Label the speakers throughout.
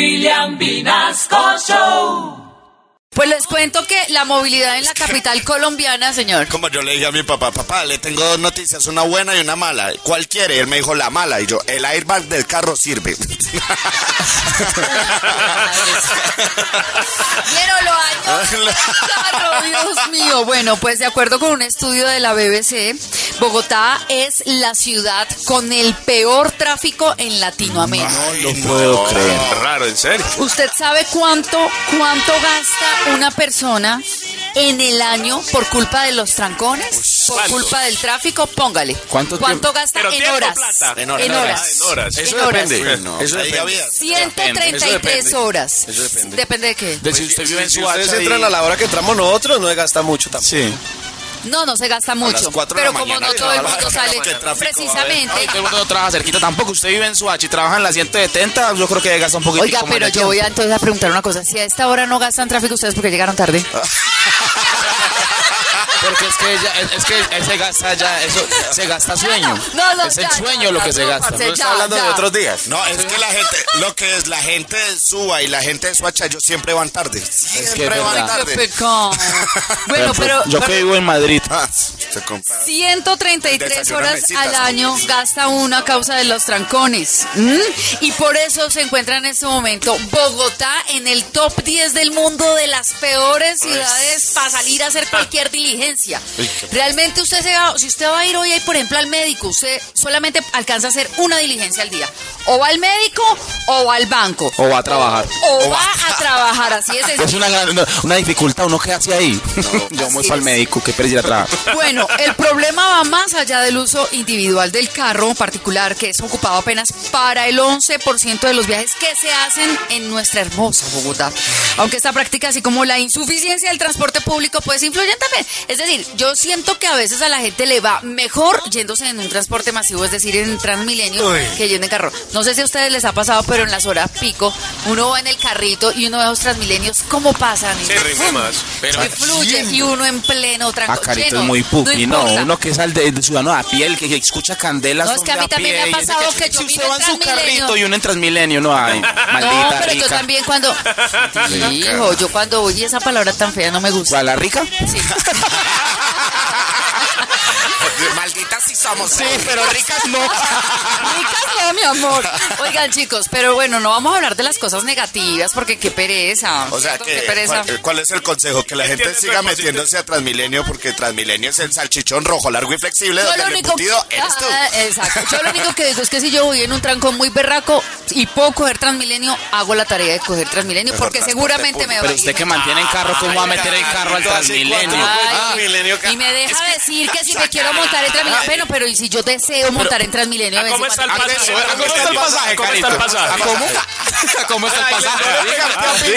Speaker 1: William Vinasco Show.
Speaker 2: Pues les cuento que la movilidad en la capital colombiana, señor.
Speaker 3: Como yo le dije a mi papá, papá, le tengo dos noticias, una buena y una mala. ¿Cuál quiere? Él me dijo la mala y yo, el airbag del carro sirve.
Speaker 2: Pero lo año. Claro, Dios mío. Bueno, pues de acuerdo con un estudio de la BBC, Bogotá es la ciudad con el peor tráfico en Latinoamérica.
Speaker 3: lo puedo creer.
Speaker 4: Raro, en serio.
Speaker 2: ¿Usted sabe cuánto, cuánto gasta una persona en el año por culpa de los trancones? Por
Speaker 4: ¿cuánto?
Speaker 2: culpa del tráfico, póngale.
Speaker 5: ¿Cuánto
Speaker 2: gasta
Speaker 4: Pero
Speaker 2: en
Speaker 4: tiempo,
Speaker 2: horas?
Speaker 4: plata.
Speaker 3: En horas.
Speaker 2: En horas.
Speaker 4: Ah, en horas.
Speaker 2: En
Speaker 5: Eso
Speaker 2: horas.
Speaker 5: depende.
Speaker 3: No,
Speaker 5: eso
Speaker 3: ahí
Speaker 5: depende.
Speaker 3: había-
Speaker 2: 133 horas.
Speaker 5: Eso depende.
Speaker 2: ¿Depende de qué?
Speaker 5: De pues, si usted vive en
Speaker 4: si
Speaker 5: su
Speaker 4: ustedes
Speaker 5: hacha
Speaker 4: entran
Speaker 5: y-
Speaker 4: a
Speaker 6: A la hora que entramos nosotros no se gasta mucho tampoco.
Speaker 5: Sí.
Speaker 2: No, no se gasta mucho.
Speaker 3: las cuatro de
Speaker 2: pero
Speaker 3: la
Speaker 2: como
Speaker 3: mañana
Speaker 2: no
Speaker 3: que
Speaker 2: todo el
Speaker 3: trabaja,
Speaker 2: mundo sale.
Speaker 3: ¿qué tráfico ¿eh? va a haber?
Speaker 2: Precisamente.
Speaker 5: Ay, todo el mundo no trabaja cerquita tampoco. Usted vive en su hacha y trabaja en la 170, yo creo que gasta un poquito.
Speaker 2: Oiga, pero yo voy a entonces a preguntar una cosa. Si a esta hora no gastan tráfico ustedes porque llegaron tarde.
Speaker 3: Ah,
Speaker 5: Porque es que ella, es, es que él se gasta ya, eso, se gasta sueño.
Speaker 2: No, no,
Speaker 5: es
Speaker 2: ya,
Speaker 5: el
Speaker 2: ya,
Speaker 5: sueño
Speaker 2: ya,
Speaker 5: lo que se
Speaker 2: no,
Speaker 5: gasta.
Speaker 2: parce, ya,
Speaker 5: No está hablando
Speaker 2: ya.
Speaker 5: de otros.
Speaker 3: días. No, es que la gente, lo que es la gente de Suba y la gente de Suacha, ellos siempre van tarde. Siempre
Speaker 5: es
Speaker 3: van
Speaker 5: verdad.
Speaker 2: Qué
Speaker 3: tarde.
Speaker 2: pecado. Bueno, pero.
Speaker 5: yo que
Speaker 2: pero
Speaker 5: vivo en Madrid.
Speaker 3: Ah, se compra.
Speaker 2: 133
Speaker 3: Desayuno en
Speaker 2: horas
Speaker 3: mesitas.
Speaker 2: al año gasta una a causa de los trancones. ¿Mm? Y por eso se encuentra en este momento Bogotá en el top 10 del mundo de las peores ciudades para salir a hacer cualquier diligencia. Realmente usted se va, si usted va a ir hoy, ahí, por ejemplo, al médico, usted solamente alcanza a hacer una diligencia al día. O va al médico o va al banco.
Speaker 5: O va a trabajar.
Speaker 2: O, va a trabajar, así es.
Speaker 5: Es una, gran- una dificultad, uno queda así ahí. yo
Speaker 2: así
Speaker 5: voy para
Speaker 2: es.
Speaker 5: el médico, que pereza ir a trabajar.
Speaker 2: Bueno, el problema va más allá del uso individual del carro particular, que es ocupado apenas para el 11% de los viajes que se hacen en nuestra hermosa Bogotá. Aunque esta práctica, así como la insuficiencia del transporte público, pues influyen también. Es decir, yo siento que a veces a la gente le va mejor yéndose en un transporte masivo, es decir, en Transmilenio, que yendo en carro. No sé si a ustedes les ha pasado, pero en las horas pico, uno va en el carrito y uno ve a los Transmilenios cómo pasan.
Speaker 4: Se rinde más.
Speaker 2: Que fluye y uno en pleno tranco.
Speaker 5: Ah, carito
Speaker 2: lleno.
Speaker 5: es muy pupi, no,
Speaker 2: importa.
Speaker 5: uno que es al de, de ciudadano a piel, que, que escucha candelas.
Speaker 2: No, es que a mí
Speaker 5: hombre,
Speaker 2: también me ha
Speaker 5: pie, y dice
Speaker 2: pasado que yo
Speaker 5: si
Speaker 2: vivo
Speaker 5: usted va
Speaker 2: en
Speaker 5: en su
Speaker 2: Transmilenio.
Speaker 5: carrito y uno en Transmilenio, no hay, maldita
Speaker 2: No, pero
Speaker 5: rica.
Speaker 2: yo también cuando. Hijo, yo cuando oye esa palabra tan fea no me gusta.
Speaker 5: ¿Cuál, la rica?
Speaker 2: Sí.
Speaker 3: Malditas si somos.
Speaker 5: Sí, eh. pero ricas no.
Speaker 2: Ricas no, mi amor. Oigan, chicos, pero bueno, no vamos a hablar de las cosas negativas porque qué pereza.
Speaker 3: O sea
Speaker 2: ¿cierto?
Speaker 3: que,
Speaker 2: Qué pereza.
Speaker 3: ¿cuál, cuál es el consejo? Que la gente
Speaker 4: Entiendo
Speaker 3: siga
Speaker 4: el propósito.
Speaker 3: metiéndose a Transmilenio porque Transmilenio es el salchichón rojo, largo y flexible.
Speaker 2: Yo
Speaker 3: Donde
Speaker 2: lo
Speaker 3: el
Speaker 2: único,
Speaker 3: embutido eres tú.
Speaker 2: Ah, exacto. Yo lo único que digo es que si yo voy en un trancón muy berraco y puedo coger Transmilenio, hago la tarea de coger Transmilenio
Speaker 3: Mejor
Speaker 2: porque
Speaker 3: transporte
Speaker 2: seguramente me va
Speaker 5: Pero
Speaker 2: a ir
Speaker 5: usted que
Speaker 2: mejor.
Speaker 5: mantiene el carro, ¿cómo va a meter el carro al Transmilenio?
Speaker 2: Ay,
Speaker 4: Transmilenio,
Speaker 2: y me deja decir que si me quiero montar en Transmilenio, bueno, pero y si yo deseo montar en Transmilenio, a
Speaker 4: ¿A
Speaker 2: veces
Speaker 4: cómo está el
Speaker 2: cuando-
Speaker 4: pasaje?
Speaker 5: ¿A cómo está el pasaje,
Speaker 4: ¿Cómo está
Speaker 5: carito?
Speaker 4: el pasaje?
Speaker 5: ¿A cómo? ¿A cómo está el pasaje?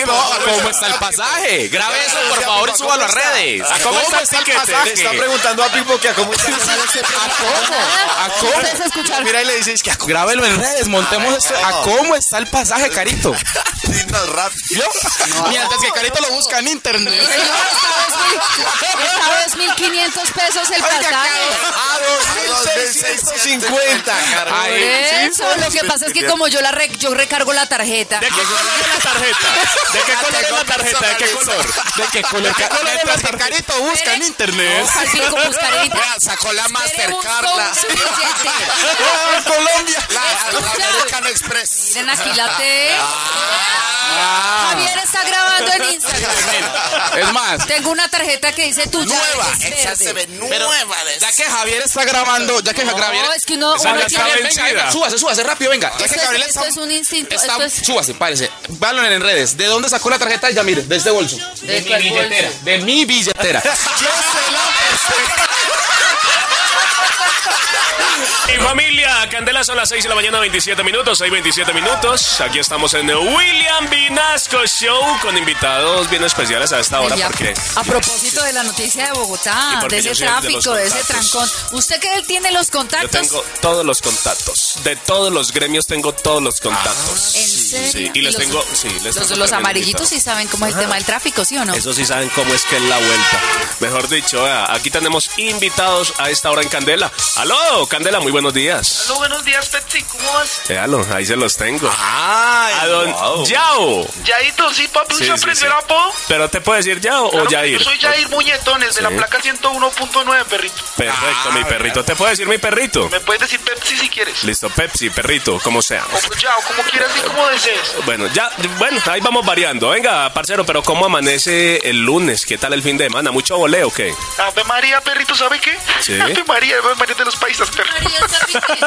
Speaker 5: ¿Cómo está el pasaje? Grabe eso, por favor, y súbalo a redes.
Speaker 3: Ah,
Speaker 4: ¿A cómo está el tiquete?
Speaker 5: pasaje?
Speaker 6: Le está preguntando a Pipo que a cómo está.
Speaker 5: ¿A cómo? ¿A
Speaker 2: Ah, Ustedes
Speaker 5: cómo?
Speaker 2: escucharon.
Speaker 6: Mira y le dices que a
Speaker 5: Grábelo en redes, montemos esto. ¿A cómo está el pasaje, Carito?
Speaker 3: Dinos rápido.
Speaker 5: ¿Yo? Mientras que Carito lo busca en
Speaker 2: Sí,
Speaker 5: internet.
Speaker 2: señor, Esta vez mil- esta vez 1.500 pesos el pasaje.
Speaker 5: A
Speaker 3: Dos mil seiscientos
Speaker 6: 2.650.
Speaker 2: Por
Speaker 5: Ay,
Speaker 2: eso, lo que pasa es que como yo la re- yo recargo la tarjeta.
Speaker 4: ¿De qué color es la tarjeta? ¿De qué color es la tarjeta? ¿De qué color?
Speaker 5: ¿De qué color? ¿Qué color es la que Carito busca
Speaker 2: ¿Eh?
Speaker 5: en internet?
Speaker 2: Ojalá que como buscar en internet.
Speaker 3: Vea, sacó la
Speaker 2: Pero busco
Speaker 3: Mastercard,
Speaker 2: un
Speaker 3: la,
Speaker 2: suficiente.
Speaker 5: ¡Ah, Colombia.
Speaker 3: la- la American Express.
Speaker 2: Miren aquí la T. Javier está grabando en Instagram.
Speaker 5: Es más,
Speaker 2: Tengo una tarjeta que dice tuya.
Speaker 3: Nueva,
Speaker 2: es
Speaker 3: esa
Speaker 2: verde.
Speaker 3: se ve nueva. de-
Speaker 5: ya que Javier está grabando, ya que Javier...
Speaker 2: No, es que uno,
Speaker 4: Esa
Speaker 2: uno
Speaker 4: ya
Speaker 2: tiene...
Speaker 4: está
Speaker 5: Venga,
Speaker 4: vencida.
Speaker 5: venga, súbase, súbase, rápido, venga. Ya
Speaker 2: Esto
Speaker 5: que
Speaker 2: es-
Speaker 5: Gabriel
Speaker 2: esto
Speaker 5: está...
Speaker 2: es un instinto.
Speaker 5: está-
Speaker 2: Esto es...
Speaker 5: Súbase, párese. Valon en redes. ¿De dónde sacó la tarjeta? Ya mire, de este bolso.
Speaker 2: ¿De cuál bolso?
Speaker 5: De mi billetera.
Speaker 4: Y familia, Candela son las 6 de la mañana, 27 minutos, 6, 27 minutos. Aquí estamos en el William Vinasco Show con invitados bien especiales a esta hora
Speaker 2: Ya,
Speaker 4: porque...
Speaker 2: a propósito de la noticia de
Speaker 4: Y
Speaker 2: Bogotá,
Speaker 4: porque
Speaker 2: de
Speaker 4: yo
Speaker 2: ese
Speaker 4: soy el de los
Speaker 2: tráfico, de ese trancón,
Speaker 4: contactos.
Speaker 2: ¿usted que tiene los
Speaker 4: Yo
Speaker 2: contactos?
Speaker 4: tengo todos los contactos. De todos los gremios tengo todos los contactos.
Speaker 2: ¿En serio?
Speaker 4: Sí, y les
Speaker 2: Ah. los,
Speaker 4: tengo. Sí,
Speaker 2: los,
Speaker 4: les tengo
Speaker 2: los
Speaker 4: tremendo
Speaker 2: amarillitos sí
Speaker 4: invitado.
Speaker 2: saben cómo es el tema del tráfico, ¿sí o no?
Speaker 4: Eso sí saben cómo es que es la vuelta. Mejor dicho, vea, aquí tenemos invitados a esta hora en Candela. ¡Aló! Candela, muy buenos días.
Speaker 7: Aló, buenos días, Petri, ¿cómo vas?
Speaker 4: Véalo, ahí se los tengo.
Speaker 5: Ay,
Speaker 4: A don
Speaker 5: wow.
Speaker 4: Yao.
Speaker 7: Yaito, sí, papi,
Speaker 4: Sí,
Speaker 7: ¿se
Speaker 4: sí,
Speaker 7: aprendió
Speaker 4: sí.
Speaker 7: el apodo?
Speaker 4: Pero te puedes decir Yao
Speaker 7: Claro
Speaker 4: o
Speaker 7: que
Speaker 4: Yair.
Speaker 7: Yo soy Yair Muñetones, de la
Speaker 4: Sí.
Speaker 7: placa 101.9, perrito.
Speaker 4: Perfecto,
Speaker 7: Ah,
Speaker 4: mi perrito. Te puedo decir mi perrito.
Speaker 7: Me puedes decir Pepsi si quieres.
Speaker 4: Listo, Pepsi, perrito, como sea.
Speaker 7: O pues ya, o como quieras y como desees.
Speaker 4: Bueno, ya, bueno, ahí vamos variando. Venga, parcero, pero ¿cómo amanece el lunes? ¿Qué tal el fin de semana? ¿Mucho voleo o qué?
Speaker 7: Ave María, perrito, ¿sabe qué?
Speaker 4: Sí.
Speaker 7: Ave María, Ave María de los paisas, perrito.
Speaker 2: María sabe qué.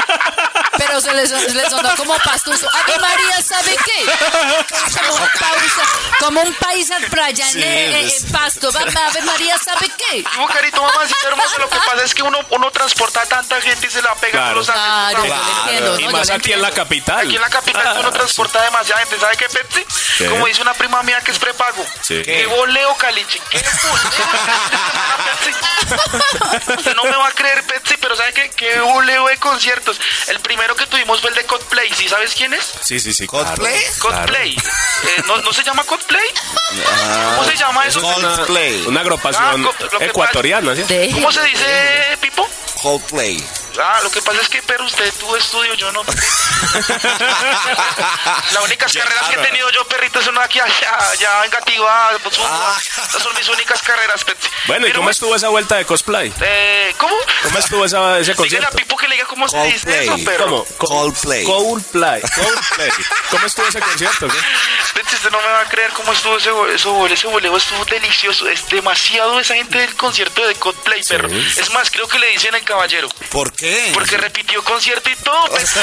Speaker 2: Pero se les, les sonó como pastuso. Ave María sabe qué. Como un pausa, como un paisa por allá en, eh, eh, en pasto. Mamá, Ave María sabe qué.
Speaker 7: No, carito, mamacita hermosa, lo que pasa es que uno, uno transporta a tanta gente y se la pega
Speaker 4: Claro.
Speaker 7: con los
Speaker 2: Claro,
Speaker 7: acentos.
Speaker 2: yo le entiendo. ¿no?
Speaker 4: y
Speaker 2: Yo
Speaker 4: más
Speaker 2: le
Speaker 4: aquí en la
Speaker 2: entiendo.
Speaker 4: capital.
Speaker 7: Aquí en la capital uno transporta demasiada gente. ¿Sabe qué, Pepsi?
Speaker 4: ¿Qué?
Speaker 7: Como dice una prima mía que es prepago.
Speaker 4: Sí.
Speaker 7: ¿Qué voleo, Caliche? ¿Qué voleo? Pepsi. Usted no me va a creer, Pepsi, pero ¿sabe qué? ¿Qué voleo de conciertos? El primero que tuvimos fue el de Coldplay. ¿Sí sabes quién es?
Speaker 4: Sí, sí, sí.
Speaker 3: ¿Cosplay?
Speaker 7: Coldplay. Eh, ¿no, ¿No se llama Coldplay? ¿Cómo se llama eso?
Speaker 3: Coldplay.
Speaker 4: Una agrupación
Speaker 7: Ah, co- lo que
Speaker 4: ecuatoriana, ¿sí?
Speaker 2: Deje.
Speaker 7: ¿Cómo se dice, Pipo?
Speaker 3: Coldplay.
Speaker 7: Ah, lo que pasa es que, pero usted tuvo estudio, yo no. Las únicas carreras que he tenido yo, perrito, son aquí, allá, allá en Gativa. pues, Esas son mis únicas carreras, pet.
Speaker 4: Bueno, ¿y
Speaker 7: Pero, pues,
Speaker 4: cómo estuvo esa vuelta de cosplay?
Speaker 7: Eh, ¿Cómo?
Speaker 4: ¿Cómo estuvo esa, ese
Speaker 7: Dígale a
Speaker 4: concierto?
Speaker 7: Pipo que le diga cómo se
Speaker 3: Coldplay.
Speaker 7: dice eso, pero.
Speaker 4: ¿Cómo? Co-
Speaker 3: Coldplay.
Speaker 4: Coldplay. Coldplay. ¿Cómo estuvo ese concierto? qué?
Speaker 7: Pet, usted no me va a creer cómo estuvo ese voleo. Ese voleo, ese voleo estuvo delicioso. Es demasiado esa gente del concierto de Coldplay, perro. Es más, creo que le dicen el caballero.
Speaker 3: ¿Por qué?
Speaker 7: Porque repitió concierto y todo, pet.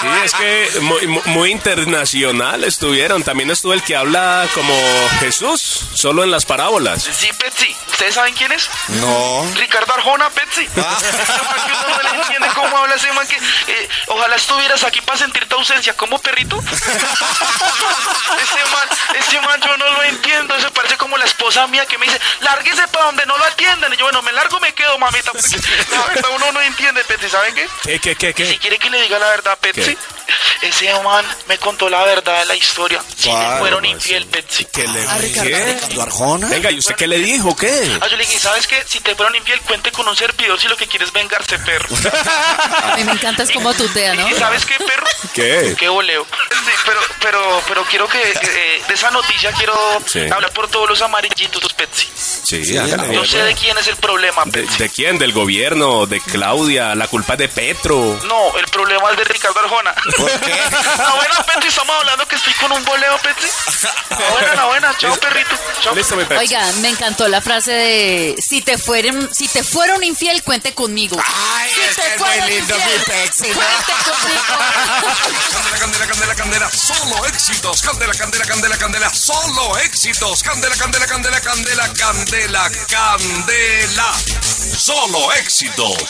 Speaker 4: Sí, es que muy, muy- muy internacional estuvieron. También estuvo el que habla como Jesús, solo en las parábolas.
Speaker 7: Sí, Pepsi. ¿Ustedes saben quién es?
Speaker 3: No.
Speaker 7: Ricardo Arjona, Pepsi. Porque uno no le entiende cómo habla ese man que, eh, ojalá estuvieras aquí para sentir tu ausencia. ¿Cómo, perrito? ese man, ese man yo no lo entiendo. Se parece como la esposa mía que me dice, lárguese para donde no lo atiendan. Y yo, bueno, me largo, me quedo, mamita. Porque la verdad uno no entiende, Pepsi. ¿Saben qué?
Speaker 4: ¿Qué, qué, qué,
Speaker 7: Si
Speaker 4: qué?
Speaker 7: quiere que le diga la verdad, Pepsi. Ese man me contó la verdad de la historia. Si le
Speaker 3: Claro,
Speaker 7: fueron infiel, Pepsi.
Speaker 4: ¿Qué le
Speaker 2: Ah, Ricardo,
Speaker 4: ¿Qué?
Speaker 3: ¿Ricardo Arjona?
Speaker 4: Venga, ¿y usted qué le dijo? ¿Qué?
Speaker 7: Ah, yo le dije, ¿sabes qué? Si te fueron infiel, cuente con un servidor si lo que quieres es vengarse, perro.
Speaker 2: A mí me encanta es como tutea, ¿no?
Speaker 7: ¿Y sabes qué, perro?
Speaker 4: ¿Qué?
Speaker 7: Qué voleo. Sí, pero, pero, pero quiero que eh, de esa noticia quiero
Speaker 4: Sí.
Speaker 7: hablar por todos los amarillitos, los Pepsi.
Speaker 4: Sí, hágale.
Speaker 7: No sé de quién es el problema,
Speaker 4: ¿De,
Speaker 7: Pepsi.
Speaker 4: de quién? ¿Del gobierno? ¿De Claudia? ¿La culpa es de Petro?
Speaker 7: No, el problema es de Ricardo Arjona.
Speaker 3: ¿Por qué?
Speaker 7: Ah, bueno, Pepsi, estamos hablando que estoy con un voleo, Pepsi. Ah, bueno, ah, bueno, chao, perrito. Chao.
Speaker 4: Listo, mi Pepsi.
Speaker 2: Oiga, me encantó la frase de si te fueron, si te fueron infiel, cuente conmigo.
Speaker 4: Ah,
Speaker 3: Ay,
Speaker 2: si
Speaker 3: es que
Speaker 2: te
Speaker 3: es muy
Speaker 2: fueron
Speaker 3: lindo mi
Speaker 2: infiel,
Speaker 3: pexi.
Speaker 2: cuente conmigo.
Speaker 8: Candela, candela, candela, candela, solo éxitos. Candela, candela, candela, candela, solo éxitos. Candela, candela, candela, candela, candela, candela, solo éxitos.